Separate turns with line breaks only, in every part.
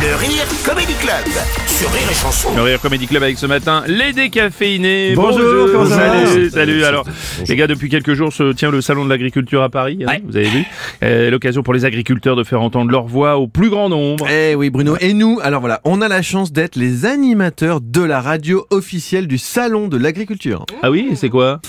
Le Rire Comedy Club sur Rire et Chanson.
Le Rire Comedy Club avec ce matin les décaféinés.
Bonjour, comment
vous
ça va
allez Salut. Alors, les gars, depuis quelques jours se tient le salon de l'agriculture à Paris. hein, vous avez vu Euh, L'occasion pour les agriculteurs de faire entendre leur voix au plus grand nombre.
Eh oui Bruno, et nous, alors voilà, on a la chance d'être les animateurs de la radio officielle du Salon de l'Agriculture.
Ah oui, c'est quoi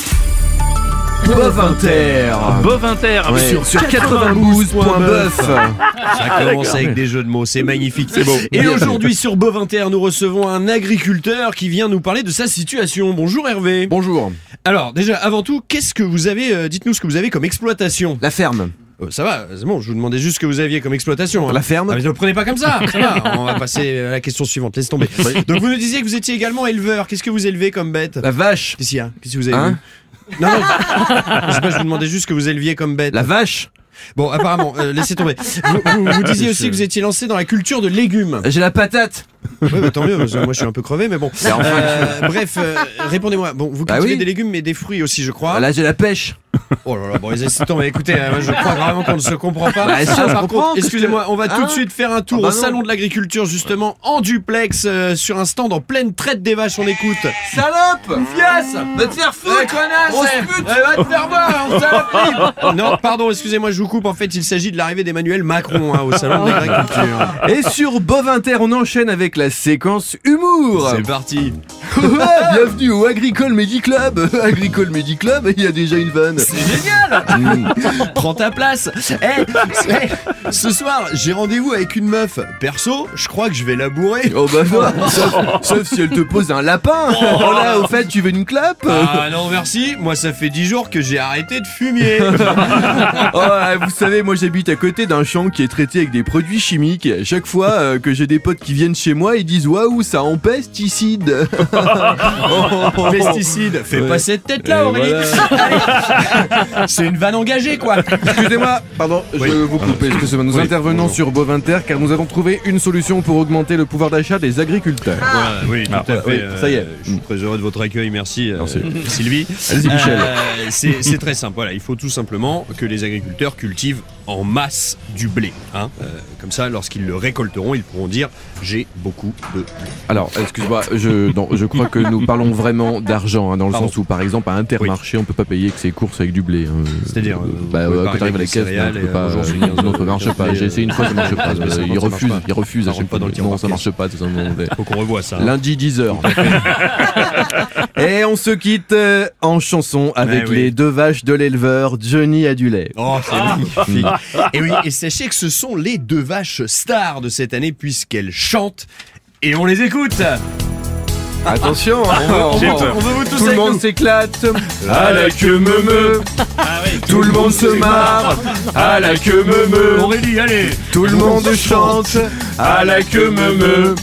Bovinter
Bovinter ah, mais
sur,
sur
sur 92.boeuf
Ça commence avec des jeux de mots, c'est magnifique. C'est
beau.
Et Ah, aujourd'hui sur Bovinter, nous recevons un agriculteur qui vient nous parler de sa situation. Bonjour Hervé.
Bonjour,
Alors déjà, avant tout, qu'est-ce que vous avez euh, Dites-nous ce que vous avez comme exploitation.
la ferme.
Euh, ça va, c'est bon. Je vous demandais juste ce que vous aviez comme exploitation. hein.
La ferme
Ah, mais ne le prenez pas comme ça. Ça va. On va passer à la question suivante. Laisse tomber. Donc vous nous disiez que vous étiez également éleveur. Qu'est-ce que vous élevez comme bête
La vache
Qu'est-ce qu'il y a Qu'est-ce que vous avez
Hein
vu Non, non. je sais pas, je vous demandais juste ce que vous éleviez comme bête.
La vache
Bon, apparemment, euh, laissez tomber. Vous, vous- vous disiez aussi que vous étiez lancé dans la culture de légumes.
J'ai la patate
Ouais, bah, tant mieux, parce que moi je suis un peu crevé, mais bon. Euh, bref, euh, répondez-moi. Bon, vous
Bah
cultivez
oui.
des légumes, mais des fruits aussi, je crois.
Là j'ai la pêche
Oh là là, bon, les assistants, mais écoutez, euh, moi, je crois vraiment qu'on ne se comprend pas.
Bah, si, on se
par
comprend,
contre,
parce
excusez-moi, on va tout de suite faire un tour
Ah, bah
au
non.
salon de l'agriculture, justement, en duplex, euh, sur un stand en pleine traite des vaches, on écoute.
Salope Fiasse Va te faire foutre Eh, Grosse pute
Non, pardon, excusez-moi, je vous coupe. En fait, il s'agit de l'arrivée d'Emmanuel Macron hein, au salon de l'agriculture.
Et sur Bovinter, on enchaîne avec la séquence humour
C'est parti.
Ah, Bienvenue au Agricole Medi Club Agricole Medi Club, il y a déjà une vanne
Prends ta place. Eh, eh, ce soir, j'ai rendez-vous avec une meuf. Perso, je crois que je vais la bourrer.
Oh bah non, sauf, sauf si elle te pose un lapin. Oh là, au fait, tu veux une clap
Ah non, merci. Moi, ça fait 10 jours que j'ai arrêté de fumier.
Oh, ah, Vous savez, moi j'habite à côté d'un champ qui est traité avec des produits chimiques. Et à Chaque fois euh, que j'ai des potes qui viennent chez moi, ils disent waouh, ça en pesticide.
Pesticides, fais
Ouais.
pas cette tête-là, Aurélie. Ah. Allez. C'est une vanne engagée, quoi.
Excusez-moi, pardon,
Oui.
je veux vous couper. Excusez-moi, nous
Oui,
intervenons
bonjour.
sur Bovinter car nous avons trouvé une solution pour augmenter le pouvoir d'achat des agriculteurs.
oui, tout à euh,
oui, ça y est.
je suis très heureux de votre accueil, merci, euh, Sylvie.
Allez-y, Michel.
Euh, c'est c'est très simple. Voilà, il faut tout simplement que les agriculteurs cultivent en masse du blé. hein. Euh, comme ça, lorsqu'ils le récolteront, ils pourront dire j'ai beaucoup de blé.
Alors, excuse-moi, je, non, je crois que nous parlons vraiment d'argent, hein, dans le
Pardon.
sens où, par exemple, à Intermarché, on peut pas payer que ses courses avec du blé. hein.
C'est-à-dire,
Euh,
euh,
bah,
vous pouvez
euh,
pas
quand t'arrives à la
arriver
caisse,
avec
non,
des
tu peux pas. euh,
céréales, et, euh,
non, ça
aujourd'hui,
marche
quinze
pas.
blé,
J'ai essayé une fois, ça marche pas.
quinze blé,
Euh,
ça
Ils
marche
refusent,
pas.
ils refusent
Ça
à
rentre
chaque
pas
fois.
dans le
Non,
tiroir
ça marche pas. de toute façon, on est-
Faut qu'on revoie ça. hein.
Lundi 10h. Et on se quitte euh, en chanson avec
Eh oui.
les deux vaches de l'éleveur Johnny Adulay.
Oh, c'est magnifique. Et oui, et sachez que ce sont les deux vaches stars de cette année puisqu'elles chantent et on les écoute.
Attention, hein.
On veut, on
J'ai
veut-
peur.
on veut vous tous
tout le
avec
monde
nous. Ah,
s'éclate à la queue me me. Tout le monde se marre à la queue me me.
Aurélie, allez.
Tout le monde chante à la queue me me.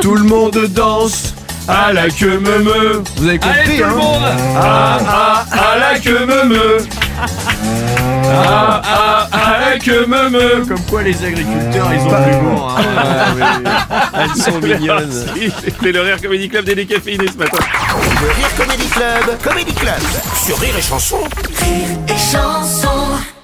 Tout le monde danse à la queue me me. Vous avez compris,
Allez tout le
hein
monde.
Ah, à la queue me me. Ah, ah, à la queue me me.
Comme quoi les agriculteurs, ils ont de l'humour. hein. Elles sont mignonnes.
C'était le Rire Comedy Club des décaféinés ce matin.
Le Rire Comedy Club, Comedy Club sur Rire et Chanson.
Rire et chanson